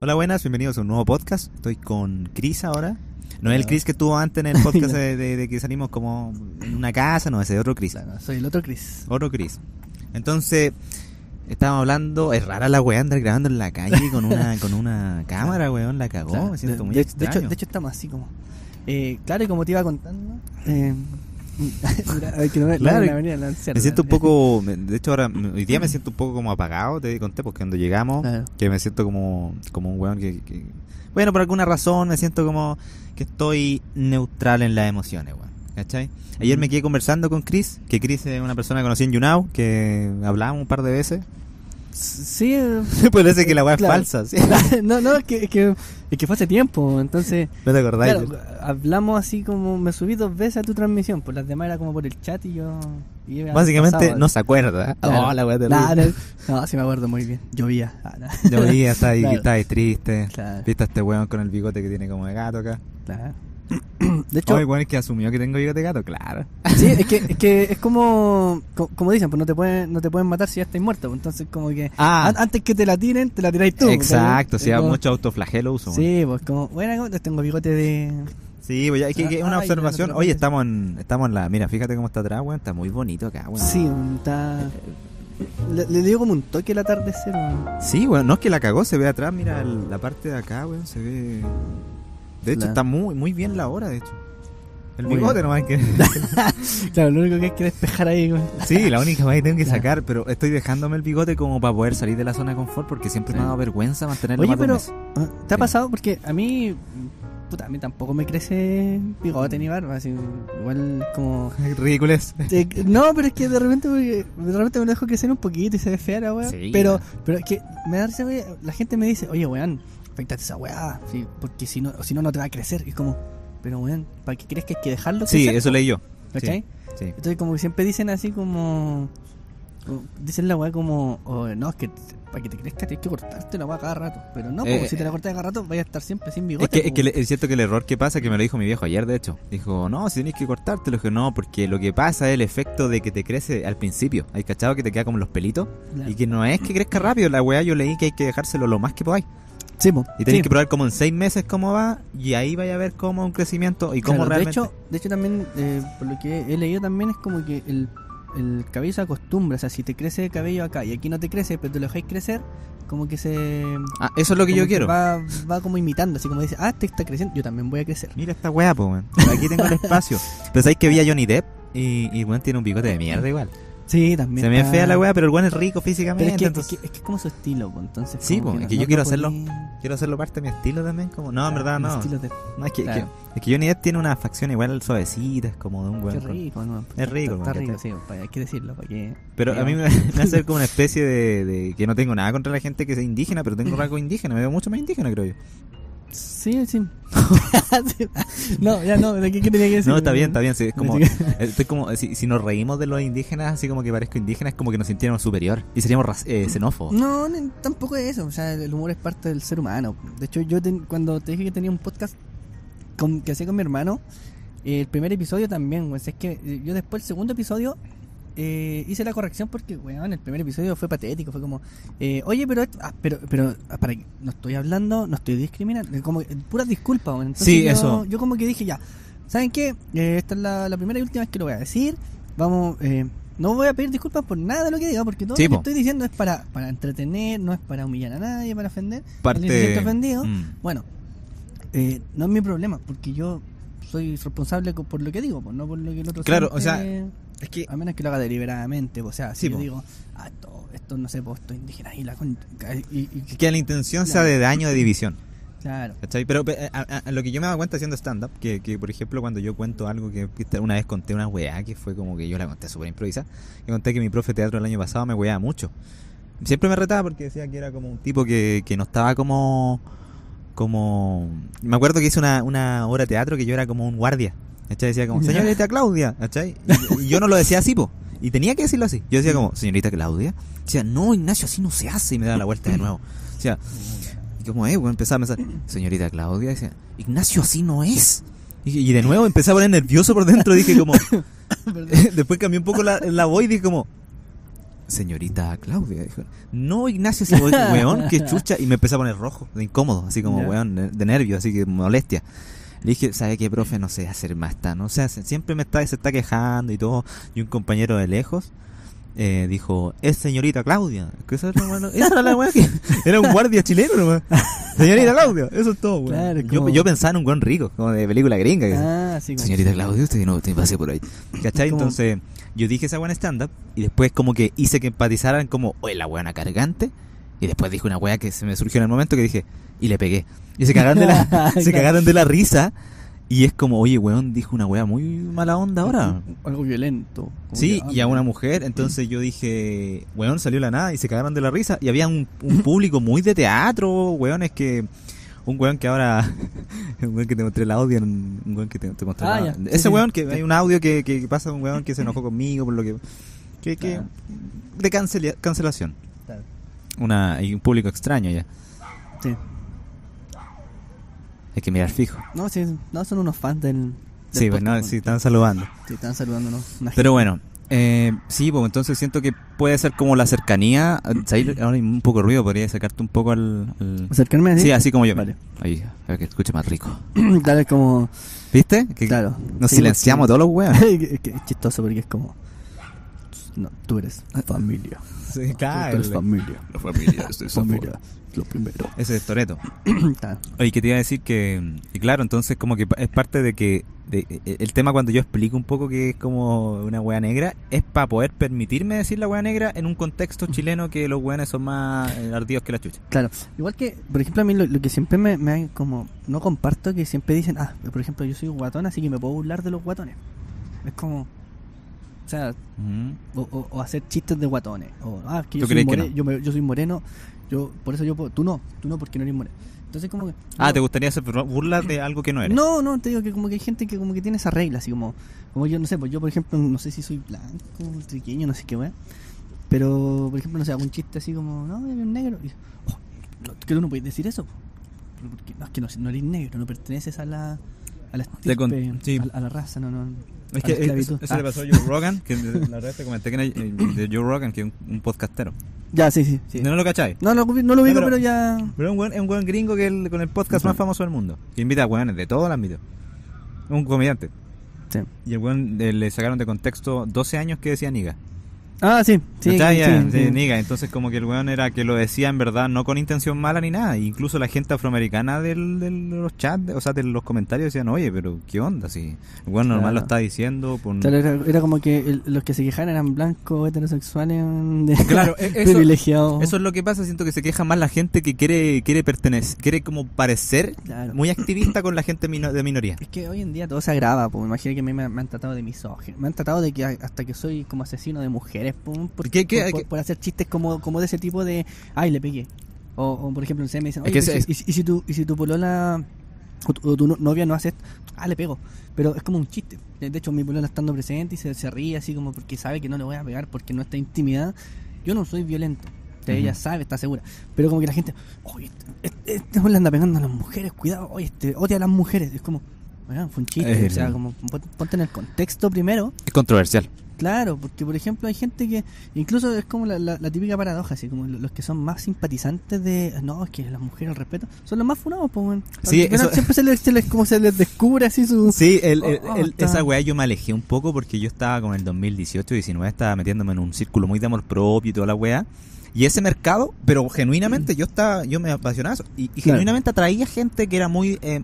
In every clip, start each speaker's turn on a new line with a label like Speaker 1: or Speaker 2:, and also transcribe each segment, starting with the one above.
Speaker 1: Hola, buenas, bienvenidos a un nuevo podcast. Estoy con Chris ahora. No es el Chris que estuvo antes en el podcast de, de- de que salimos como en una casa, no, ese es otro Chris.
Speaker 2: Claro, soy el otro Chris.
Speaker 1: Otro Chris. Entonces, estábamos hablando, es rara la weá andar grabando en la calle con una con una cámara, weón, la cagó,
Speaker 2: Claro,
Speaker 1: me siento
Speaker 2: de,
Speaker 1: muy
Speaker 2: de- de
Speaker 1: extraño.
Speaker 2: hecho, de hecho estamos así como. Eh, claro, y como te iba contando. Eh, mira, ay, que no me- no
Speaker 1: Claro,
Speaker 2: me la venía a lanzar,
Speaker 1: me siento un
Speaker 2: ¿no?
Speaker 1: poco, me- de hecho ahora, me- hoy día me siento un poco como apagado, te conté, porque cuando llegamos,
Speaker 2: Claro.
Speaker 1: que me siento como, como un weón que, que- Bueno, por alguna razón me siento como que estoy neutral en las emociones, weón. ¿Cachai? Ayer me quedé conversando con Chris, que Chris es una persona que conocí en YouNow, que hablábamos un par de veces.
Speaker 2: Sí. eh,
Speaker 1: Parece que la weá
Speaker 2: Claro.
Speaker 1: es falsa, ¿sí?
Speaker 2: no, no, es que, es que, es que fue hace tiempo, entonces.
Speaker 1: ¿No te acordás?
Speaker 2: Claro, hablamos así como. Me subí dos veces a tu transmisión, pues las demás era como por el chat y yo. y yo
Speaker 1: Básicamente
Speaker 2: pasaba.
Speaker 1: no se acuerda.
Speaker 2: Claro.
Speaker 1: Oh, la weá terrible.
Speaker 2: Nah, no, no, sí me acuerdo muy bien. Llovía. Ah, no.
Speaker 1: Llovía, está ahí,
Speaker 2: Claro.
Speaker 1: está ahí triste.
Speaker 2: Claro,
Speaker 1: Viste a este weón con el bigote que tiene como de gato acá.
Speaker 2: claro. De hecho,
Speaker 1: Oh, el weón es que asumió que tengo bigote de gato, claro.
Speaker 2: Sí, es que es, que es como, co- como dicen, pues no te pueden no te pueden matar si ya estás muerto, pues, entonces como que
Speaker 1: Ah,
Speaker 2: an- antes que te la tiren, te la tiráis tú. pues,
Speaker 1: exacto.
Speaker 2: ¿cachai?
Speaker 1: Si
Speaker 2: Es
Speaker 1: da
Speaker 2: como-
Speaker 1: mucho autoflagelo uso. weón.
Speaker 2: Sí, pues como, bueno, como- tengo bigote de
Speaker 1: Sí, pues ya, es que, que es una
Speaker 2: Ay,
Speaker 1: observación.
Speaker 2: no, no,
Speaker 1: Oye,
Speaker 2: no.
Speaker 1: estamos en, estamos en la. Mira, fíjate cómo está atrás, weón. Está muy bonito acá, weón.
Speaker 2: Sí, un- está le, le dio como un toque el atardecer. weón.
Speaker 1: Sí, weón. No es que la cagó, se ve atrás. Mira el- la parte de acá, weón. Se ve. De hecho,
Speaker 2: Claro.
Speaker 1: está muy, muy bien la hora, de hecho. El
Speaker 2: Muy
Speaker 1: bigote
Speaker 2: bien.
Speaker 1: nomás que.
Speaker 2: Claro, lo único que hay que despejar ahí. weón.
Speaker 1: Sí, la única más que tengo que
Speaker 2: Claro.
Speaker 1: sacar, pero estoy dejándome el bigote como para poder salir de la zona de confort porque siempre me ha dado vergüenza mantenerlo
Speaker 2: Oye,
Speaker 1: más de un
Speaker 2: pero-
Speaker 1: mes.
Speaker 2: ¿Te ha
Speaker 1: Sí.
Speaker 2: pasado? Porque a mí puta, a mí tampoco me crece bigote ni barba, así igual como
Speaker 1: Ridiculez.
Speaker 2: Eh, no, pero es que de repente, porque- de repente me lo dejo crecer un poquito y se ve fea la weá.
Speaker 1: Sí.
Speaker 2: pero, pero es que me da risa, wey, La gente me dice, oye, weón, afectate esa weá. sí, porque si no, si no, no te va a crecer. Y es como, pero weón, ¿para qué crees que hay que dejarlo
Speaker 1: Sí,
Speaker 2: crecer?
Speaker 1: eso leí yo.
Speaker 2: ¿Cachai?
Speaker 1: Sí.
Speaker 2: Entonces, como que siempre dicen así como. como- Dicen la weá como, oh, no, es que para que te crezca tienes que cortarte la weá cada rato. Pero no, porque
Speaker 1: Eh,
Speaker 2: si te la cortas cada rato, vayas a estar siempre sin bigote. pues,
Speaker 1: Es que, es,
Speaker 2: po,
Speaker 1: que le- es cierto que el error que pasa, que me lo dijo mi viejo ayer, de hecho, dijo, no, si tenés que cortártelo, dije, no, porque lo que pasa es el efecto de que te crece al principio. Hay cachado que te queda como los pelitos
Speaker 2: Claro.
Speaker 1: y que no es que crezca rápido. La weá yo leí que hay que dejárselo lo más que podáis.
Speaker 2: Sí, po.
Speaker 1: Y tenés
Speaker 2: Sí.
Speaker 1: que probar como en seis meses cómo va y ahí vaya a ver cómo un crecimiento y cómo
Speaker 2: Claro,
Speaker 1: realmente.
Speaker 2: De hecho, de hecho también, eh, por lo que he leído también, es como que el, el cabello se acostumbra. O sea, si te crece el cabello acá y aquí no te crece, pero te lo dejáis crecer, como que se...
Speaker 1: Ah, eso es lo que
Speaker 2: como
Speaker 1: yo quiero.
Speaker 2: Va, va como imitando, así como dice, ah, este está creciendo, yo también voy a crecer.
Speaker 1: Mira esta weá, po, weón. Aquí tengo el espacio. Pensáis que vi a Johnny Depp y, y weón tiene un bigote de mierda igual.
Speaker 2: Sí, también.
Speaker 1: Se me ve
Speaker 2: está-
Speaker 1: fea la weá, pero el weón es rico
Speaker 2: Pero
Speaker 1: físicamente.
Speaker 2: es que,
Speaker 1: entonces...
Speaker 2: es, que, es que es como su estilo, pues, entonces...
Speaker 1: Sí,
Speaker 2: como
Speaker 1: pues, es que
Speaker 2: no-
Speaker 1: yo
Speaker 2: no
Speaker 1: quiero
Speaker 2: podí-
Speaker 1: hacerlo. Quiero hacerlo parte de mi estilo también. como No, en verdad
Speaker 2: el
Speaker 1: no.
Speaker 2: estilo de-
Speaker 1: No, es que,
Speaker 2: Claro.
Speaker 1: que- es que Johnny Depp tiene una facción igual suavecita, es como de un
Speaker 2: Qué
Speaker 1: weón. con-
Speaker 2: rico, ¿no?
Speaker 1: Es rico,
Speaker 2: Está,
Speaker 1: man,
Speaker 2: está
Speaker 1: que
Speaker 2: rico,
Speaker 1: te-
Speaker 2: sí, pues, hay que decirlo, para que...
Speaker 1: Pero a mí me, me hace como una especie de, de que no tengo nada contra la gente que es indígena, pero tengo rasgo indígena, me veo mucho más indígena, creo yo.
Speaker 2: Sí, sí. no, ya no, ¿de qué, qué tenía que decir?
Speaker 1: No, está bien, está bien. sí, es como, eh,
Speaker 2: Sí.
Speaker 1: estoy como si, si nos reímos de los indígenas, así como que parezco indígena, es como que nos sintiéramos superior y seríamos ras- eh, xenófobos.
Speaker 2: No, ni- tampoco es eso. O sea, el humor es parte del ser humano. De hecho, yo ten- cuando te dije que tenía un podcast con- que hacía con mi hermano, eh, el primer episodio también, güey. Si Es que eh, yo después, el segundo episodio, eh, hice la corrección porque, weón, el primer episodio fue patético. Fue como, eh, oye, pero, esto- ah, pero, pero, ah, para, que- no estoy hablando, no estoy discriminando. Como, que, eh, puras disculpas, güey. Entonces
Speaker 1: Sí,
Speaker 2: yo-
Speaker 1: eso.
Speaker 2: Yo como que dije, ya, ¿saben qué? Eh, esta es la, la primera y última vez que lo voy a decir. Vamos, eh, no voy a pedir disculpas por nada de lo que diga, porque todo
Speaker 1: Sí,
Speaker 2: lo que
Speaker 1: po.
Speaker 2: estoy diciendo es para, para entretener, no es para humillar a nadie, para ofender. Alguien se
Speaker 1: Parte.
Speaker 2: siente ofendido.
Speaker 1: Mm.
Speaker 2: Bueno, eh, no es mi problema, porque yo soy responsable co- por lo que digo, pues, no por lo que el otro
Speaker 1: Claro,
Speaker 2: siente,
Speaker 1: o sea, Es que
Speaker 2: A menos que lo haga deliberadamente, pues, o sea, si
Speaker 1: Sí,
Speaker 2: yo
Speaker 1: po.
Speaker 2: digo, ah, esto, esto no sé, pues, esto es indígena y la con- y, y- y-
Speaker 1: que la intención sea de daño de división.
Speaker 2: Claro,
Speaker 1: ¿Cachai? Pero pe- eh, a- a- a lo que yo me daba cuenta haciendo stand-up, que, que, por ejemplo cuando yo cuento algo que que una vez conté una weá que fue como que yo la conté súper improvisada, que conté que mi profe de teatro el año pasado me weaba mucho. Siempre me retaba porque decía que era como un tipo que, que no estaba como... como Me acuerdo que hice una, una obra de teatro que yo era como un guardia. ¿Cachai? Decía como,
Speaker 2: Ya.
Speaker 1: señorita Claudia, ¿cachai? Y- y yo no lo decía así, po. Y tenía que decirlo así. Yo decía como, señorita Claudia. Decía, no, Ignacio, así no se hace. Y me daba la vuelta de nuevo. pues, Decía, y como, eh, weón, empezaba a pensar, señorita Claudia, decía, Ignacio, así no es. Y, y de nuevo empecé a poner nervioso por dentro. Dije como.
Speaker 2: Perdón.
Speaker 1: Después cambié un poco la, la voz y dije como. Señorita Claudia, dijo, no Ignacio, ese we- weón, que chucha. Y me empecé a poner rojo, de incómodo, así como
Speaker 2: Ya.
Speaker 1: weón, de- de nervio, así que molestia. Le dije, ¿sabe qué, profe? No sé hacer más, está, no sé hacer- Siempre me está, se está quejando y todo. Y un compañero de lejos eh, dijo, es señorita Claudia. Que esa era, la weá- esa era la weá que- era un guardia chileno, nomás. Señorita Claudia, eso es todo, weón.
Speaker 2: Claro,
Speaker 1: yo,
Speaker 2: como-
Speaker 1: yo pensaba en un weón rico, como de película gringa. que-
Speaker 2: Ah, sí, como-
Speaker 1: Señorita Claudia, usted no te pase por ahí. ¿Cachai?
Speaker 2: Como-
Speaker 1: Entonces, yo dije esa buena stand-up y después como que hice que empatizaran como, oye, la buena cargante. Y después dije una wea que se me surgió en el momento que dije, y le pegué. Y se cagaron de la, se cagaron de la risa. Y es como, oye, weón, dijo una wea muy mala onda ahora.
Speaker 2: Algo violento. como
Speaker 1: Sí,
Speaker 2: que, ah,
Speaker 1: y a una
Speaker 2: mira.
Speaker 1: mujer. Entonces yo dije, weón, salió la nada y se cagaron de la risa. Y había un, un público muy de teatro, weón, es que... Un weón que ahora. Un weón que te mostré el audio. Un weón que te, te mostré el
Speaker 2: Ah,
Speaker 1: audio.
Speaker 2: ya. Sí,
Speaker 1: Ese
Speaker 2: sí.
Speaker 1: weón que hay un audio que, que pasa de un weón que se enojó conmigo por lo que. que, que
Speaker 2: Claro.
Speaker 1: de cancela- cancelación.
Speaker 2: Claro.
Speaker 1: Una, hay un público extraño ya.
Speaker 2: Sí.
Speaker 1: Hay que mirar fijo.
Speaker 2: No, sí, no, son unos fans del. del
Speaker 1: Sí,
Speaker 2: podcast,
Speaker 1: bueno,
Speaker 2: bueno.
Speaker 1: sí, están saludando.
Speaker 2: Sí, están saludándonos. Una
Speaker 1: Pero bueno, eh, sí, pues entonces siento que puede ser como la cercanía. ¿sabes? Ahora hay un poco de ruido, podría sacarte un poco al. al-
Speaker 2: gente. Acercarme así.
Speaker 1: Sí, así como yo.
Speaker 2: Vale.
Speaker 1: Ahí, a ver que escuche más rico.
Speaker 2: Dale como.
Speaker 1: ¿Viste? Que
Speaker 2: Claro.
Speaker 1: Nos
Speaker 2: Sí,
Speaker 1: silenciamos
Speaker 2: porque-
Speaker 1: todos los weones.
Speaker 2: es que es chistoso porque es como. No, tú eres familia.
Speaker 1: Sí,
Speaker 2: Tú eres familia.
Speaker 3: La familia, esto es familia.
Speaker 2: Familia. Lo primero.
Speaker 1: Ese es Toreto.
Speaker 2: Claro.
Speaker 1: Oye, que te iba a decir que. Y claro, entonces, como que pa- es parte de que. de- e- el tema cuando yo explico un poco que es como una wea negra, es para poder permitirme decir la wea negra en un contexto chileno que los weones son más eh, ardidos que la chucha.
Speaker 2: Claro, igual que, por ejemplo, a mí lo, lo que siempre me, me da como, no comparto, que siempre dicen, ah, pero por ejemplo, yo soy guatón, así que me puedo burlar de los guatones. Es como, o sea,
Speaker 1: Ujú.
Speaker 2: o, o- o hacer chistes de guatones. O, ah, que yo,
Speaker 1: ¿Tú
Speaker 2: soy
Speaker 1: crees que
Speaker 2: moreno,
Speaker 1: no?
Speaker 2: yo, me- yo soy moreno, yo, por eso yo puedo, tú no, tú no porque no eres moreno. Entonces como que...
Speaker 1: Ah,
Speaker 2: no,
Speaker 1: ¿te gustaría hacer burla de algo que no eres?
Speaker 2: No, no, te digo que como que hay gente que como que tiene esa regla, así como, como yo no sé, pues yo por ejemplo, no sé si soy blanco, triqueño, no sé qué weá. Pero, por ejemplo, no sé, hago un chiste así como, no, eres negro. Y, oh, no, que tú no puedes decir eso. po. Pero porque, no, es que no, no eres negro, no perteneces a la, a la, estirpe,
Speaker 1: con- sí.
Speaker 2: a, a la raza, no, no.
Speaker 1: Es
Speaker 2: a
Speaker 1: que
Speaker 2: la esclavitud.
Speaker 1: eso, eso le
Speaker 2: Ah,
Speaker 1: pasó a Joe Rogan, que de- la red te comenté que era eh, de Joe Rogan, que es un, un podcastero.
Speaker 2: Ya, sí, sí. sí.
Speaker 1: No lo cacháis.
Speaker 2: No, no, no lo
Speaker 1: No,
Speaker 2: digo,
Speaker 1: pero-
Speaker 2: pero ya.
Speaker 1: Pero es un weón, es un weón gringo que el- con el podcast más famoso del mundo, que invita a weones de todo el ámbito. Un comediante.
Speaker 2: Sí.
Speaker 1: Y el weón eh, le sacaron de contexto 12 años que decía niga.
Speaker 2: Ah, sí, sí.
Speaker 1: ¿Cachai? Ya,
Speaker 2: sí,
Speaker 1: sí,
Speaker 2: sí.
Speaker 1: niga. Entonces como que el weón era que lo decía en verdad no con intención mala ni nada. Incluso la gente afroamericana del, del- de los chats, o sea, de los comentarios decían, oye, pero ¿qué onda? Si el weón normal
Speaker 2: Claro.
Speaker 1: lo está diciendo. Por...
Speaker 2: Claro, era, era como que el- los que se quejaban eran blancos, heterosexuales, de-
Speaker 1: Claro, e- eso-
Speaker 2: privilegiados.
Speaker 1: Eso es lo que pasa, siento que se queja más la gente que quiere quiere pertenecer, quiere como parecer
Speaker 2: Claro.
Speaker 1: muy activista con la gente mino- de minoría.
Speaker 2: Es que hoy en día todo se agrava, pues. Imagino que a mí me, me han tratado de misógino. Me han tratado de que a- hasta que soy como asesino de mujeres, po, por,
Speaker 1: ¿Qué- qué-
Speaker 2: por, por-
Speaker 1: qué?
Speaker 2: por hacer chistes como, como de ese tipo de. Ay, le pegué. O, o, por ejemplo, no sé, me dicen.
Speaker 1: Es
Speaker 2: "Oye,
Speaker 1: que
Speaker 2: pero
Speaker 1: ese-
Speaker 2: si- y, si- y si tu, y si tu polola. O tu, o tu no- novia no hace esto, ah, le pego. Pero es como un chiste. De de hecho, mi polola estando presente y se, se ríe así como porque sabe que no le voy a pegar porque no está intimidada. Yo no soy violento. O sea,
Speaker 1: Ujú.
Speaker 2: Ella sabe, está segura. Pero como que la gente, oye, este, este, este weón le anda pegando a las mujeres, cuidado, oye, este, odia a las mujeres. Es como, bueno, fue un chiste.
Speaker 1: Eh,
Speaker 2: o sea,
Speaker 1: no.
Speaker 2: como pon- ponte en el contexto primero.
Speaker 1: Es controversial.
Speaker 2: Claro, porque por ejemplo hay gente que, incluso es como la, la- la típica paradoja, así como lo- los que son más simpatizantes de, no, es que las mujeres, el respeto, son los más funados, pues, weón.
Speaker 1: Sí,
Speaker 2: Pero
Speaker 1: eso-
Speaker 2: Siempre se les, se les- como se les descubre así su...
Speaker 1: Sí, el- el-
Speaker 2: Oh,
Speaker 1: el-
Speaker 2: está.
Speaker 1: esa weá yo me alejé un poco porque yo estaba como en el 2018 19, estaba metiéndome en un círculo muy de amor propio y toda la weá. Y ese mercado, pero genuinamente yo estaba, yo me apasionaba eso. Y, y
Speaker 2: Claro.
Speaker 1: genuinamente atraía gente que era muy eh,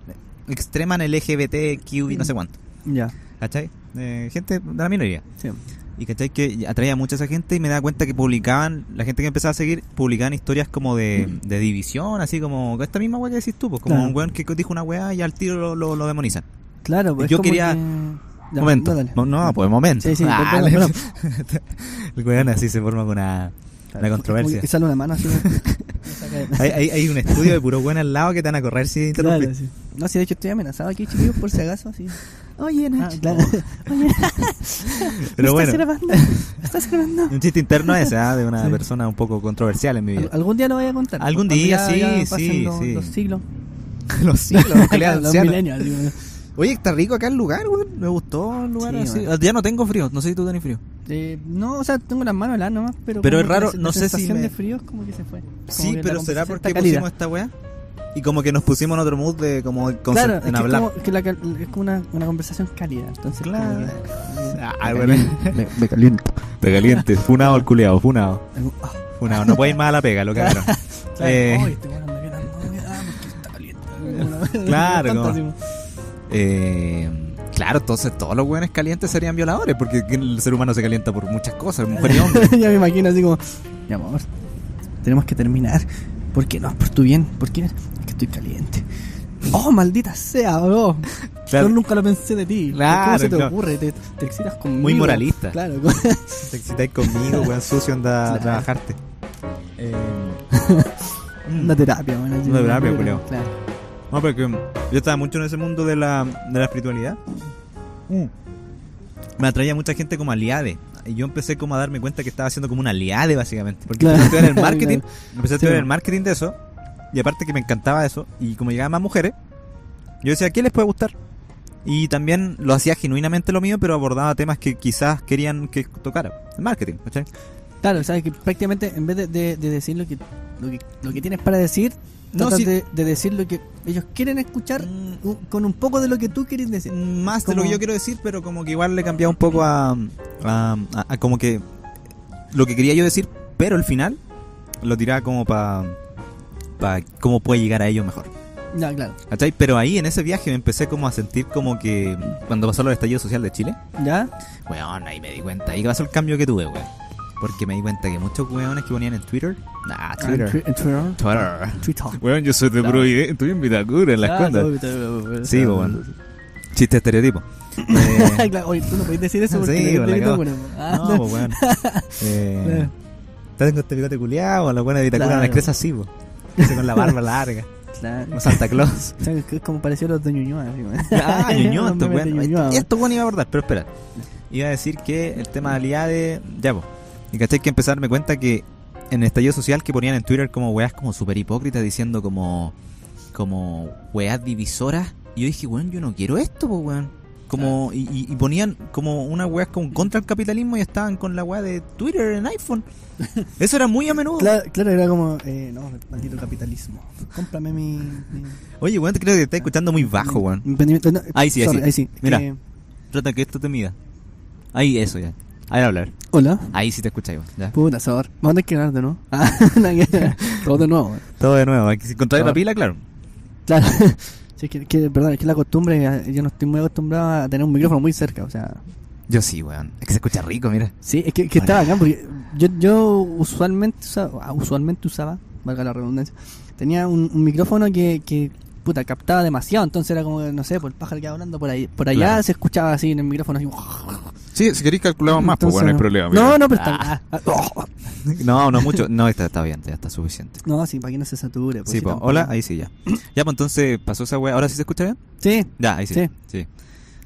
Speaker 1: extrema en el LGBTQ y no sé cuánto.
Speaker 2: Ya,
Speaker 1: ¿Cachai? Eh, gente de la minoría.
Speaker 2: sí.
Speaker 1: Y cachai que atraía mucho a esa gente y me daba cuenta que publicaban, la gente que empezaba a seguir, publicaban historias como de, de división, así como esta misma weá que decís tú, pues como
Speaker 2: Claro.
Speaker 1: un weón que dijo una weá y al tiro lo, lo, lo demonizan.
Speaker 2: Claro, pues, es
Speaker 1: Yo
Speaker 2: como
Speaker 1: quería-
Speaker 2: que- Ya,
Speaker 1: momento.
Speaker 2: no, dale.
Speaker 1: No, no, pues momento.
Speaker 2: Sí, sí,
Speaker 1: Ah,
Speaker 2: perdón,
Speaker 1: le-
Speaker 2: perdón.
Speaker 1: el weón así se forma con una, una
Speaker 2: Como
Speaker 1: controversia.
Speaker 2: que sale una mano así.
Speaker 1: Hay, hay, hay un estudio de puro weón al lado que te van a correr si interrumpes.
Speaker 2: Claro, sí. No, si de hecho estoy amenazado aquí, chiquillos, por si acaso, así.
Speaker 4: Oye,
Speaker 2: Ah,
Speaker 4: Nacho.
Speaker 2: claro.
Speaker 1: Pero
Speaker 4: ¿me
Speaker 1: bueno,
Speaker 4: ¿Estás grabando? ¿Me ¿Estás grabando?
Speaker 1: un chiste interno ese, ¿ah? de una
Speaker 2: Sí.
Speaker 1: persona un poco controversial en mi vida.
Speaker 2: Al- algún día lo voy a contar.
Speaker 1: Algún
Speaker 2: Cuando
Speaker 1: día,
Speaker 2: ya-
Speaker 1: sí,
Speaker 2: ya pasen
Speaker 1: sí,
Speaker 2: los,
Speaker 1: sí.
Speaker 2: los siglos.
Speaker 1: Los siglos, los
Speaker 2: Claro, los
Speaker 1: ancianos.
Speaker 2: milenios, digo.
Speaker 1: Oye, está rico acá el lugar, weón. Me gustó el lugar
Speaker 2: Sí,
Speaker 1: así.
Speaker 2: weón.
Speaker 1: Ya no tengo frío, no sé si tú tenés frío.
Speaker 2: Eh, no, o sea, tengo las manos heladas nomás, pero.
Speaker 1: Pero
Speaker 2: como
Speaker 1: es
Speaker 2: que
Speaker 1: raro,
Speaker 2: la-
Speaker 1: no
Speaker 2: la
Speaker 1: sé si
Speaker 2: sensación
Speaker 1: me-
Speaker 2: de frío es como que se fue. Como
Speaker 1: Sí,
Speaker 2: que la
Speaker 1: pero ¿será
Speaker 2: conversación
Speaker 1: porque
Speaker 2: está cálida.
Speaker 1: pusimos esta weá? Y como que nos pusimos en otro mood de como con-
Speaker 2: Claro, es
Speaker 1: en
Speaker 2: que
Speaker 1: hablar.
Speaker 2: Es como, que la cal- es como una, una conversación cálida. Entonces,
Speaker 1: Claro.
Speaker 2: como
Speaker 1: Ah, bueno.
Speaker 2: me, me caliento.
Speaker 1: Te calientes, funado el culeado, funado.
Speaker 2: Ah,
Speaker 1: Funado, no puede ir más a la pega, lo cabrón.
Speaker 2: claro.
Speaker 1: Eh.
Speaker 2: Ay, este weón anda violando, ah, porque está caliente.
Speaker 1: Claro,
Speaker 2: Tanto
Speaker 1: como-
Speaker 2: así, como-
Speaker 1: Eh, claro, entonces todos los weones calientes serían violadores, porque el ser humano se calienta por muchas cosas, mujer y hombre.
Speaker 2: ya me imagino así como, mi amor, tenemos que terminar. ¿Por qué no? Por tu bien. ¿Por qué? Es que estoy caliente. Oh, maldita sea, bro.
Speaker 1: Claro.
Speaker 2: Yo nunca lo pensé de ti. ¿Cómo
Speaker 1: Claro,
Speaker 2: se te
Speaker 1: claro.
Speaker 2: ocurre? Te, te excitas conmigo.
Speaker 1: Muy moralista.
Speaker 2: Claro. como-
Speaker 1: Te excitáis conmigo, weón sucio, anda a
Speaker 2: Claro.
Speaker 1: trabajarte. Eh, mm.
Speaker 2: Una terapia, bueno. así,
Speaker 1: Una terapia,
Speaker 2: pero-
Speaker 1: culiao.
Speaker 2: Claro.
Speaker 1: No, porque yo estaba mucho en ese mundo de la, de la espiritualidad. Mm. Me atraía mucha gente como aliade. Y yo empecé como a darme cuenta que estaba haciendo como un aliade, básicamente. Porque
Speaker 2: Claro.
Speaker 1: empecé a estudiar el marketing. Empecé a estudiar
Speaker 2: Sí.
Speaker 1: el marketing de eso. Y aparte que me encantaba eso. Y como llegaban más mujeres, yo decía, ¿qué les puede gustar? Y también lo hacía genuinamente lo mío, pero abordaba temas que quizás querían que tocara. El marketing, ¿cachai?
Speaker 2: Claro, o sea, que prácticamente en vez de, de- de decir lo que, lo, que, lo que tienes para decir,
Speaker 1: No,
Speaker 2: tratas
Speaker 1: sí.
Speaker 2: de, de decir lo que ellos quieren escuchar
Speaker 1: Mm.
Speaker 2: u- con un poco de lo que tú quieres decir.
Speaker 1: más de lo
Speaker 2: Como-
Speaker 1: que yo quiero decir, pero como que igual le cambiaba un poco a, a- a- a como que lo que quería yo decir, pero al final lo tiraba como para pa cómo puede llegar a ellos mejor.
Speaker 2: Ya, claro.
Speaker 1: ¿Cachai? Pero ahí en ese viaje me empecé como a sentir como que cuando pasó el estallido social de Chile,
Speaker 2: ¿Ya?
Speaker 1: weón, ahí me di cuenta, ahí pasó el cambio que tuve, weón. Porque me di cuenta que muchos weones que ponían en Twitter, nah,
Speaker 2: Ah,
Speaker 1: Twitter,
Speaker 2: Twi- Twitter.
Speaker 1: Twitter.
Speaker 2: Twitter.
Speaker 1: Weón, yo soy de
Speaker 2: Claro.
Speaker 1: Providencia, estoy en Vitacura, en las
Speaker 2: Ah,
Speaker 1: condas.
Speaker 2: todo-
Speaker 1: Sí,
Speaker 2: todo-
Speaker 1: bueno. Chiste estereotipo. Eh,
Speaker 2: claro, oye, tú no podés decir eso
Speaker 1: Sí,
Speaker 2: porque
Speaker 1: bueno, la
Speaker 2: delito,
Speaker 1: cagó.
Speaker 2: bueno. Ah,
Speaker 1: No, pues weón. Eh,
Speaker 2: Claro.
Speaker 1: Tengo este bigote culiado, la buena de Vitacura
Speaker 2: Claro.
Speaker 1: me crece así, po. Crece con la barba larga,
Speaker 2: claro.
Speaker 1: como Santa Claus.
Speaker 2: O sea, que es como pareció los de Ñuñoa. así, bueno.
Speaker 1: Ah, Ñuñoa,
Speaker 2: Los
Speaker 1: esto
Speaker 2: memes de
Speaker 1: weón.
Speaker 2: Ñuñoa,
Speaker 1: Esto- Esto bueno iba a abordar, pero espera. Iba a decir que el tema de aliade, ya po. Y caché que empecé a darme cuenta que en el estallido social que ponían en Twitter como weas como súper hipócritas diciendo como como weas divisoras. Y yo dije, weón, yo no quiero esto, po, weón. Como, y, y- y ponían como unas weas como contra el capitalismo y estaban con la wea de Twitter en iPhone. Eso era muy a menudo.
Speaker 2: Claro, claro, era como, eh, no, maldito capitalismo. Cómprame mi. mi-
Speaker 1: Oye, weón, te creo que te está escuchando muy bajo,
Speaker 2: mi-
Speaker 1: weón.
Speaker 2: mi emprendimiento. No,
Speaker 1: Ahí sí, ahí
Speaker 2: sorry,
Speaker 1: sí.
Speaker 2: Ahí sí. Eh,
Speaker 1: Mira.
Speaker 2: que-
Speaker 1: Trata que esto te mida. Ahí, eso ya. Ahí hablar.
Speaker 2: Hola.
Speaker 1: Ahí sí te escucháis, weón. Ya.
Speaker 2: Puta, sabor. Vamos a tener que ganar de nuevo. Ah, nada que- Todo de nuevo.
Speaker 1: Todo de nuevo. Si encontráis la pila, claro.
Speaker 2: Claro. Sí, es que, que, perdón, es que la costumbre, eh, yo no estoy muy acostumbrado a tener un micrófono muy cerca, o sea...
Speaker 1: Yo sí, weón. Es que se escucha rico, mira.
Speaker 2: Sí, es que, que estaba acá porque yo, yo usualmente, usaba, usualmente usaba, valga la redundancia, tenía un, un micrófono que, que, puta, captaba demasiado, entonces era como, que, no sé, por el pájaro que iba hablando por ahí, por allá
Speaker 1: Claro.
Speaker 2: se escuchaba así en el micrófono, así... oh,
Speaker 1: Sí, si queréis calculamos pues,
Speaker 2: entonces no. No, no, pero está... ah, ah,
Speaker 1: No, no mucho. No, está, está bien, ya está suficiente.
Speaker 2: no, sí, para que no se sature. pues,
Speaker 1: sí,
Speaker 2: sí,
Speaker 1: pues,
Speaker 2: tampoco.
Speaker 1: hola, ahí sí ya. Ya, pues entonces pasó esa weá. ¿Ahora sí se escucha bien?
Speaker 2: Sí,
Speaker 1: Ya, ahí sí. Sí.
Speaker 2: Sí.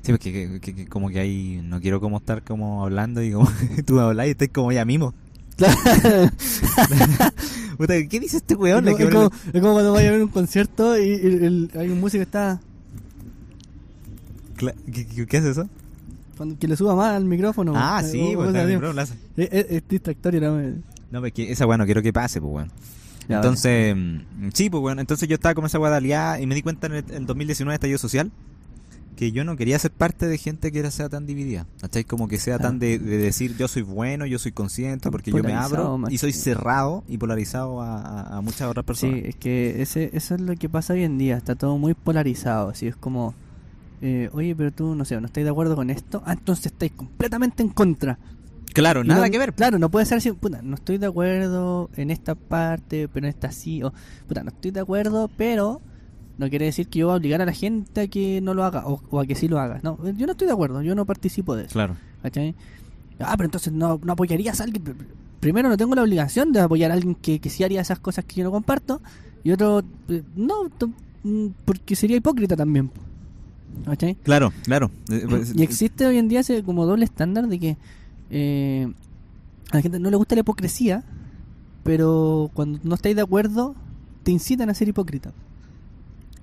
Speaker 1: Sí, porque que- que- que como que ahí no quiero como estar como hablando y como tú hablas y estás como ya mismo.
Speaker 2: claro.
Speaker 1: Puta, ¿qué dice este weón? Hay
Speaker 2: Es como,
Speaker 1: que
Speaker 2: es, como,
Speaker 1: ponerle-
Speaker 2: es como cuando vaya a ver un concierto y el- el- hay un músico que está.
Speaker 1: Cla- ¿Qué, qué, qué hace eso?
Speaker 2: cuando- que le suba más al micrófono.
Speaker 1: ah,
Speaker 2: o-
Speaker 1: sí,
Speaker 2: o
Speaker 1: pues,
Speaker 2: cosas
Speaker 1: está
Speaker 2: así.
Speaker 1: bien, bro, la hace.
Speaker 2: Es, es- es distractorio, ¿no?
Speaker 1: No, pero es que esa weá no quiero que pase, pues weón.
Speaker 2: Ya,
Speaker 1: entonces, mm, sí, pues bueno, entonces yo estaba con esa weá de aliada y me di cuenta en el, en 2019 de estallido social que yo no quería ser parte de gente que era, sea tan dividida. ¿Cachai? Como que sea
Speaker 2: Ah.
Speaker 1: tan de, de decir yo soy bueno, yo soy consciente,
Speaker 2: Tan
Speaker 1: porque yo me
Speaker 2: polarizado,
Speaker 1: abro
Speaker 2: más
Speaker 1: y soy
Speaker 2: que-
Speaker 1: cerrado y polarizado a, a- a muchas otras personas.
Speaker 2: Sí, es que ese, eso es lo que pasa hoy en día. Está todo muy polarizado. Así es como. eh, oye, pero tú, no sé, no estáis de acuerdo con esto. Ah, entonces estáis completamente en contra.
Speaker 1: Claro,
Speaker 2: Y
Speaker 1: nada
Speaker 2: no-
Speaker 1: que ver. pues.
Speaker 2: Claro, no puede ser así. Puta, no estoy de acuerdo en esta parte, pero en esta sí. O, puta, no estoy de acuerdo, pero no quiere decir que yo voy a obligar a la gente a que no lo haga o, o a que sí lo haga. No, yo no estoy de acuerdo, yo no participo de eso.
Speaker 1: Claro.
Speaker 2: ¿cachai? Ah, pero entonces no, no apoyarías a alguien. Pr- pr- Primero, no tengo la obligación de apoyar a alguien que, que sí haría esas cosas que yo no comparto. Y otro, eh, no, to- mm, porque sería hipócrita también. ¿Cachai?
Speaker 1: Claro, claro. Eh, pues,
Speaker 2: Y existe hoy en día ese como doble estándar de que eh, a la gente no le gusta la hipocresía, pero cuando no estáis de acuerdo, te incitan a ser hipócrita.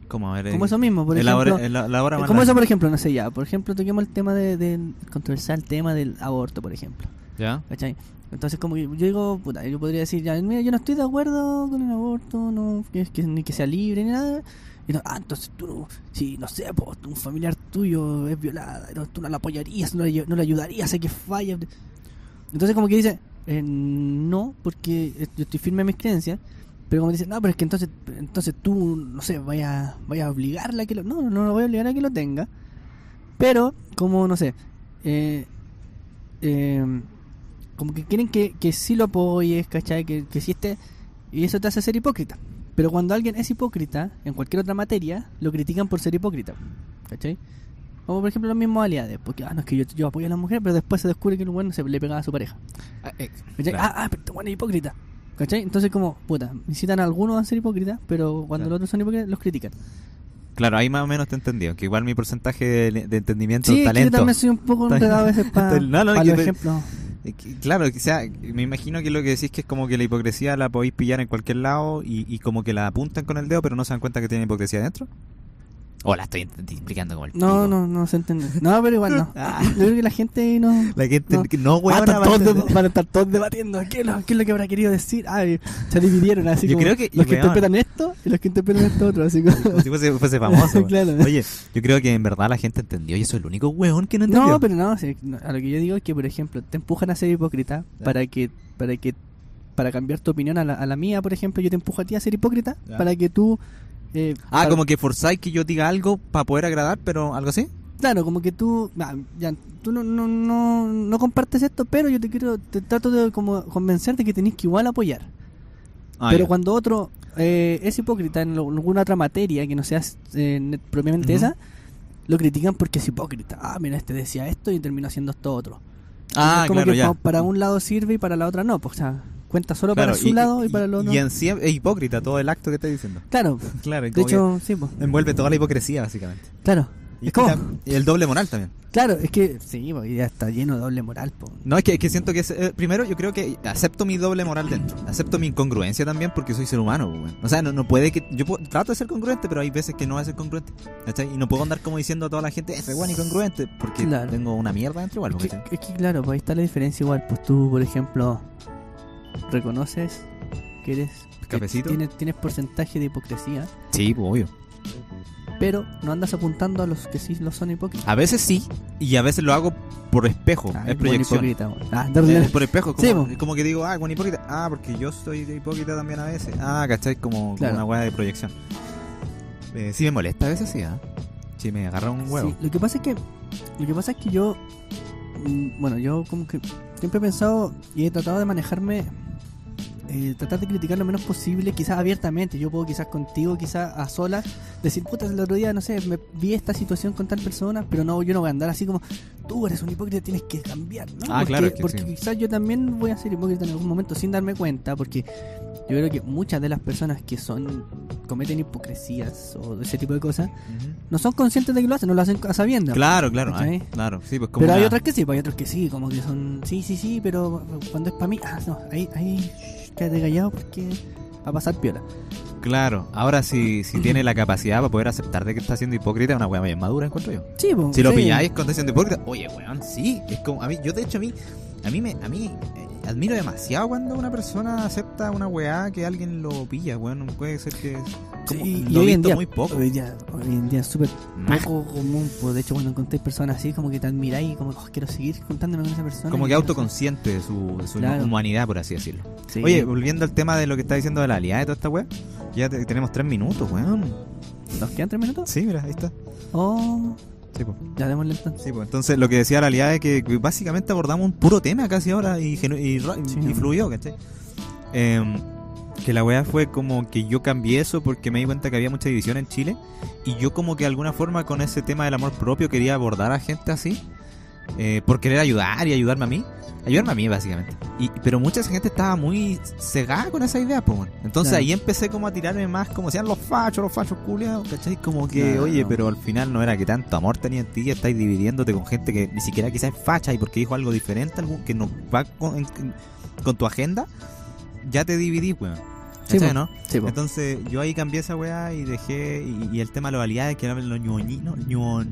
Speaker 1: Como, eh, a ver,
Speaker 2: Como eso mismo, por
Speaker 1: elabora-
Speaker 2: ejemplo. eh,
Speaker 1: ela- elabora más
Speaker 2: Como
Speaker 1: la-
Speaker 2: eso, por ejemplo, no sé ya. Por ejemplo, toquemos el tema de- del controversial tema del aborto, por ejemplo.
Speaker 1: ¿Ya?
Speaker 2: ¿Cachai? Entonces, como que yo digo, puta, yo podría decir, ya, mira, yo no estoy de acuerdo con el aborto, no, que, que- ni que sea libre, ni nada. Y no, ah, entonces tú, no- si, no sé, pues, un familiar tuyo es violada, no, tú no la apoyarías, no le, ayu- no le ayudarías a que falle. Entonces, como que dice, eh, no, porque eh, yo estoy firme en mis creencias, pero como dice, no, pero es que entonces, entonces tú, no sé, vaya, vaya a obligarla a que lo. No, no, no la voy a obligar a que lo tenga. Pero, como, no sé, eh, eh, como que quieren que, que sí lo apoyes, ¿cachai? Que, que sí esté. Y eso te hace ser hipócrita. Pero cuando alguien es hipócrita, en cualquier otra materia, lo critican por ser hipócrita, ¿cachai? Como por ejemplo los mismos aliados, porque ah, no es que yo, yo apoyo a la mujer, pero después se descubre que el bueno se le pegaba a su pareja.
Speaker 1: Ah, eh,
Speaker 2: ¿Cachai?
Speaker 1: claro.
Speaker 2: Ah, ah, pero este weón es hipócrita. ¿Cachai? Entonces, como, puta, incitan a algunos a ser hipócritas, pero cuando
Speaker 1: Claro.
Speaker 2: los otros son hipócritas, los critican.
Speaker 1: Claro, ahí más o menos te entendió. Que igual mi porcentaje de, de entendimiento,
Speaker 2: Sí, es que yo
Speaker 1: talento.
Speaker 2: también soy un poco enredado a veces para
Speaker 1: No, no, que
Speaker 2: los
Speaker 1: te-
Speaker 2: ejemplos.
Speaker 1: Eh, que- Claro, o sea, me imagino que lo que decís que es como que la hipocresía la podéis pillar en cualquier lado y, y como que la apuntan con el dedo, pero no se dan cuenta que tiene hipocresía dentro. O la estoy ent- explicando como el pico.
Speaker 2: No, no, no se entiende. No, pero igual no.
Speaker 1: Ah.
Speaker 2: Yo creo que la gente no.
Speaker 1: La gente
Speaker 2: No.
Speaker 1: que no,
Speaker 2: Ah,
Speaker 1: huevona,
Speaker 2: están
Speaker 1: va a
Speaker 2: todos de-
Speaker 1: entender.
Speaker 2: van a estar todos debatiendo ¿qué es, lo, qué es lo que habrá querido decir. Ah, y se dividieron así.
Speaker 1: Yo
Speaker 2: como
Speaker 1: creo que-
Speaker 2: los
Speaker 1: y
Speaker 2: que
Speaker 1: weón.
Speaker 2: interpretan esto y los que interpretan esto otro. Así como-
Speaker 1: Como si fuese, fuese famoso.
Speaker 2: Claro.
Speaker 1: Oye, yo creo que en verdad la gente entendió. Yo soy el único hueón que no entendió.
Speaker 2: No, pero no, sí, no, a lo que yo digo es que, por ejemplo, te empujan a ser hipócrita
Speaker 1: Ya.
Speaker 2: para que para que para cambiar tu opinión a la, a la mía, por ejemplo, yo te empujo a ti a ser hipócrita
Speaker 1: Ya.
Speaker 2: para que tú eh,
Speaker 1: Ah,
Speaker 2: para-
Speaker 1: como que forzáis que yo diga algo para poder agradar, pero algo así.
Speaker 2: claro, como que tú ah, ya, tú no, no, no, no compartes esto, pero yo te quiero te trato de como convencerte que tenés que igual apoyar.
Speaker 1: Ah,
Speaker 2: pero
Speaker 1: ya.
Speaker 2: cuando otro eh, es hipócrita en lo- alguna otra materia que no sea eh, net- propiamente
Speaker 1: Ujú.
Speaker 2: esa, lo critican porque es hipócrita. Ah, mira, este decía esto y terminó haciendo esto otro.
Speaker 1: ah,
Speaker 2: Entonces, como
Speaker 1: claro,
Speaker 2: que
Speaker 1: ya.
Speaker 2: pa- para un lado sirve y para la otra no. Pues, o sea, cuenta solo para
Speaker 1: Claro,
Speaker 2: su lado y, para el otro.
Speaker 1: Y en sí es hipócrita todo el acto que estás diciendo.
Speaker 2: Claro,
Speaker 1: Claro, y
Speaker 2: de
Speaker 1: como
Speaker 2: hecho, sí, pues,
Speaker 1: que envuelve toda la hipocresía, básicamente.
Speaker 2: claro.
Speaker 1: Y,
Speaker 2: Es como-
Speaker 1: tam- y el doble moral también.
Speaker 2: claro, es que sí, pues, ya está lleno de doble moral. pues.
Speaker 1: No, es que, es que siento que es- eh, primero yo creo que acepto mi doble moral dentro. Acepto mi incongruencia también porque soy ser humano, pues, weón. O sea, no, no puede que. Yo puedo- trato de ser congruente, pero hay veces que no voy a ser congruente. ¿cachai? Y no puedo andar como diciendo a toda la gente, ese weón incongruente, porque
Speaker 2: Claro.
Speaker 1: tengo una mierda dentro igual,
Speaker 2: Es que,
Speaker 1: ¿cachai?
Speaker 2: es que, claro, pues ahí está la diferencia igual. Pues tú, por ejemplo, reconoces que eres... que
Speaker 1: Cafecito.
Speaker 2: tienes, tienes porcentaje de hipocresía.
Speaker 1: Sí, pues, obvio.
Speaker 2: pero no andas apuntando a los que sí lo son hipócritas.
Speaker 1: A veces sí, y a veces lo hago por espejo,
Speaker 2: Ah,
Speaker 1: es
Speaker 2: buen
Speaker 1: proyección.
Speaker 2: hipócrita, bueno. Ah,
Speaker 1: Eh,
Speaker 2: de-
Speaker 1: por espejo,
Speaker 2: Sí,
Speaker 1: como,
Speaker 2: po.
Speaker 1: como que digo, ah, con hipócrita, ah, porque yo soy de hipócrita también a veces. Ah, ¿cachai? Como, como
Speaker 2: Claro.
Speaker 1: una hueá de proyección. Eh, sí me molesta a veces, sí, ¿ah? Sí me agarra un huevo.
Speaker 2: Sí, lo que pasa es que lo que pasa es que yo mm, bueno, yo como que siempre he pensado y he tratado de manejarme eh, tratar de criticar lo menos posible, quizás abiertamente. Yo puedo quizás contigo, quizás a solas, decir, puta, el otro día, no sé, me vi esta situación con tal persona, pero no, yo no voy a andar así como, tú eres un hipócrita, tienes que cambiar, ¿no?
Speaker 1: Ah,
Speaker 2: porque
Speaker 1: claro, es que
Speaker 2: porque
Speaker 1: sí.
Speaker 2: quizás yo también voy a ser hipócrita en algún momento sin darme cuenta, porque yo creo que muchas de las personas que son cometen hipocresías o ese tipo de cosas,
Speaker 1: Ujú.
Speaker 2: no son conscientes de que lo hacen, no lo hacen a sabiendas.
Speaker 1: Claro, claro,
Speaker 2: ¿Cachai?
Speaker 1: ah, claro. Sí, pues como
Speaker 2: Pero hay
Speaker 1: una-
Speaker 2: otras que sí, pues hay otros que sí, como que son, sí, sí, sí, pero cuando es para mí, ah, no, ahí, ahí, shh, quédate callado porque va a pasar piola.
Speaker 1: Claro, ahora si, si tiene la capacidad para poder aceptar de que está siendo hipócrita, es una hueá más madura, encuentro yo.
Speaker 2: Sí, pues,
Speaker 1: Si lo
Speaker 2: sí.
Speaker 1: pilláis cuando está siendo hipócrita, oye, weón, sí. Es como, a mí, yo de hecho a mí, a mí me, a mí eh, admiro demasiado cuando una persona acepta una weá que alguien lo pilla, weón. Puede ser que...
Speaker 2: Sí,
Speaker 1: como-
Speaker 2: y
Speaker 1: lo he
Speaker 2: hoy en
Speaker 1: visto
Speaker 2: día,
Speaker 1: muy poco. Ah.
Speaker 2: Hoy, día, hoy en día es súper
Speaker 1: Más.
Speaker 2: poco común, pues de hecho cuando encontréis personas así, como que te admiráis y como, oh, quiero seguir juntándome con esa persona.
Speaker 1: Como
Speaker 2: y
Speaker 1: que
Speaker 2: quiero-
Speaker 1: autoconsciente de su, de su
Speaker 2: Claro.
Speaker 1: humanidad, por así decirlo.
Speaker 2: Sí.
Speaker 1: Oye, volviendo al tema de lo que está diciendo de la alianza de toda esta weá, ya te- tenemos tres minutos, weón.
Speaker 2: ¿nos quedan tres minutos?
Speaker 1: Sí, mira, ahí está.
Speaker 2: Oh,
Speaker 1: Sí, pues.
Speaker 2: ya démosle entonces.
Speaker 1: Sí, pues entonces lo que decía la realidad es que que básicamente abordamos un puro tema casi ahora y, genu- y, ra-
Speaker 2: Sí.
Speaker 1: y fluyó, ¿cachai? Em, que la weá fue como que yo cambié eso porque me di cuenta que había mucha división en Chile y yo como que de alguna forma con ese tema del amor propio quería abordar a gente así eh, por querer ayudar y ayudarme a mí. Ayudarme a mí, básicamente. Y, pero mucha gente estaba muy cegada con esa idea, pues. Entonces
Speaker 2: Claro.
Speaker 1: ahí empecé como a tirarme más, como sean los fachos, los fachos culiados, ¿cachai? Como que,
Speaker 2: Claro.
Speaker 1: oye, pero al final no era que tanto amor tenía en ti y estáis dividiéndote con gente que ni siquiera quizás es facha y porque dijo algo diferente, algo que no va con, en- con tu agenda, ya te dividí, weón.
Speaker 2: Sí,
Speaker 1: ¿Cachai,
Speaker 2: po.
Speaker 1: no?
Speaker 2: Sí, po.
Speaker 1: Entonces yo ahí cambié esa weá y dejé. Y, y el tema de los validades que hablan los ñoñinos. ñuon-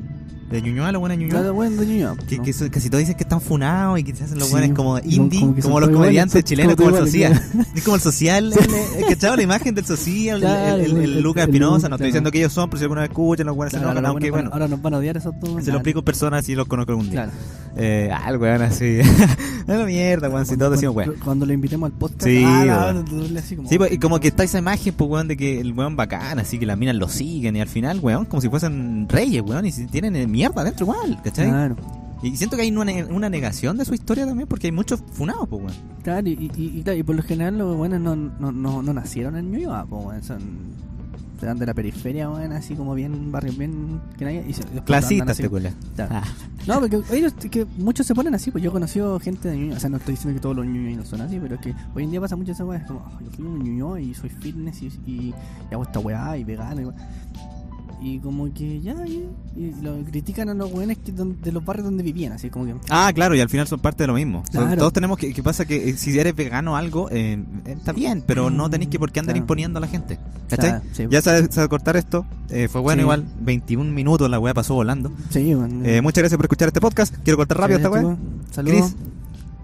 Speaker 1: de ñuñoa, los buenos ñuñoa.
Speaker 2: Claro, bueno, de Ñuñoa,
Speaker 1: Que,
Speaker 2: ¿no?
Speaker 1: que eso- casi todos dicen que están funados y que se hacen los
Speaker 2: Sí,
Speaker 1: buenos como
Speaker 2: como-
Speaker 1: indie,
Speaker 2: como
Speaker 1: como,
Speaker 2: que son
Speaker 1: los
Speaker 2: todos
Speaker 1: comediantes
Speaker 2: iguales, son
Speaker 1: chilenos, como
Speaker 2: todos
Speaker 1: el
Speaker 2: iguales,
Speaker 1: social. Es como el social, el- el- ¿cachado? La imagen del social, el-
Speaker 2: Claro,
Speaker 1: el, el- el
Speaker 2: el-
Speaker 1: Lucas
Speaker 2: el-
Speaker 1: Espinosa. No
Speaker 2: claro.
Speaker 1: estoy diciendo que ellos son, pero si alguna vez escuchan, los buenos
Speaker 2: Claro,
Speaker 1: se
Speaker 2: ahora,
Speaker 1: enojan, aunque
Speaker 2: bueno,
Speaker 1: bueno,
Speaker 2: ahora nos van a odiar esos dos.
Speaker 1: se lo
Speaker 2: Nah,
Speaker 1: explico en persona si los conozco algún día.
Speaker 2: Claro.
Speaker 1: Eh, ah, el weón así. no la mierda, weón, si todos decimos weón.
Speaker 2: Cuando- Cuando lo invitemos al podcast,
Speaker 1: Sí,
Speaker 2: ah, la-
Speaker 1: weón.
Speaker 2: darle así como-
Speaker 1: Sí, pues, y como que está esa imagen, pues, weón, de que el weón bacán, así que las minas lo siguen y al final, weón, como si fuesen reyes, weón, y si tienen eh, mierda adentro igual, ¿cachai?
Speaker 2: Claro.
Speaker 1: Y siento que hay una, ne- una negación de su historia también, porque hay muchos funados, pues, weón.
Speaker 2: Claro, y, y, y- y claro, y por lo general los buenos no, no, no, no nacieron en Ñuñoa, po, weón, son serán de la periferia, weón, así como bien barrios bien que nadie- y se- después andan
Speaker 1: Clasistas,
Speaker 2: así,
Speaker 1: te cuela.
Speaker 2: claro.
Speaker 1: Ah,
Speaker 2: No, porque ellos que muchos se ponen así, pues yo he conocido gente de Ñuñoa, o sea, no estoy diciendo que todos los Ñuñoinos son así, pero es que hoy en día pasa mucho esa weá, es como, "Ah, yo soy un Ñuñoa y soy fitness y, y- y hago esta weá y vegano y weá". Y como que ya, y, y lo critican a los weones que don- de los barrios donde vivían, así como que...
Speaker 1: Ah, claro, y al final son parte de lo mismo. O sea,
Speaker 2: Claro.
Speaker 1: Todos tenemos que, que pasa que eh, si eres vegano o algo, eh, eh, está bien, pero no tenés que por qué andar
Speaker 2: Mm, Claro.
Speaker 1: imponiendo a la gente. ¿Cachai?
Speaker 2: "Ah, sí,
Speaker 1: Ya sabes, sabes cortar esto. Eh, fue bueno
Speaker 2: Sí. Mm.
Speaker 1: igual. 21 minutos la weá pasó volando.
Speaker 2: sí, weón.
Speaker 1: Eh, muchas gracias por escuchar este podcast. Quiero cortar rápido esta weá.
Speaker 2: Saludos.
Speaker 1: Chris.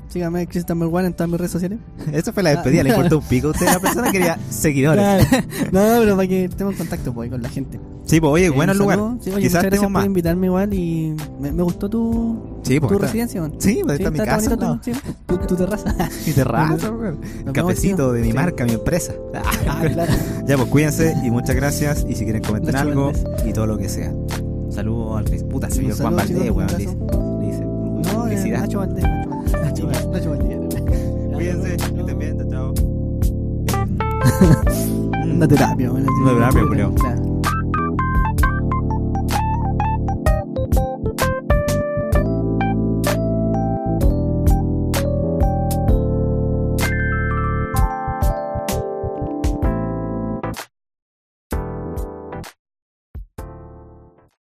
Speaker 2: Síganme, Chris Number One en todas mis redes sociales.
Speaker 1: Esa fue la
Speaker 2: Ah.
Speaker 1: despedida, le importó un pico. Usted la persona quería seguidores.
Speaker 2: no, pero para que estemos en contacto pues, con la gente.
Speaker 1: Sí, pues oye, bueno el
Speaker 2: Eh, un
Speaker 1: lugar.
Speaker 2: saludo. Sí,
Speaker 1: Quizás
Speaker 2: oye, muchas gracias
Speaker 1: estemos
Speaker 2: por
Speaker 1: más.
Speaker 2: invitarme igual y me, me gustó tu,
Speaker 1: Sí, pues.
Speaker 2: tu
Speaker 1: está-
Speaker 2: residencia, man.
Speaker 1: Sí, pues está en mi
Speaker 2: está- está
Speaker 1: casa.
Speaker 2: bonito
Speaker 1: ¿no?
Speaker 2: tu, sí, tu- tu terraza.
Speaker 1: Mi terraza, weón. Un
Speaker 2: vemos,
Speaker 1: cafecito
Speaker 2: tío.
Speaker 1: de mi
Speaker 2: Sí.
Speaker 1: marca, mi empresa.
Speaker 2: Ah, claro.
Speaker 1: Ya, pues cuídense y muchas gracias. Y si quieren comentar
Speaker 2: Muchas
Speaker 1: algo y todo lo que sea. Saludos al Riz. Puta, se
Speaker 2: Un
Speaker 1: vio Juan
Speaker 2: saludo,
Speaker 1: Valdés,
Speaker 2: chicos,
Speaker 1: weón.
Speaker 2: un
Speaker 1: Le dice. le dice,
Speaker 2: No, eh,
Speaker 1: publicidad.
Speaker 2: Nacho Valdés. Nacho Valdés. Nacho Valdés. Nacho Valdés.
Speaker 1: Cuídense, que estén bien. Chao. chao.
Speaker 2: Una terapia, bueno. sí.
Speaker 1: Una terapia, Julio.
Speaker 2: Claro.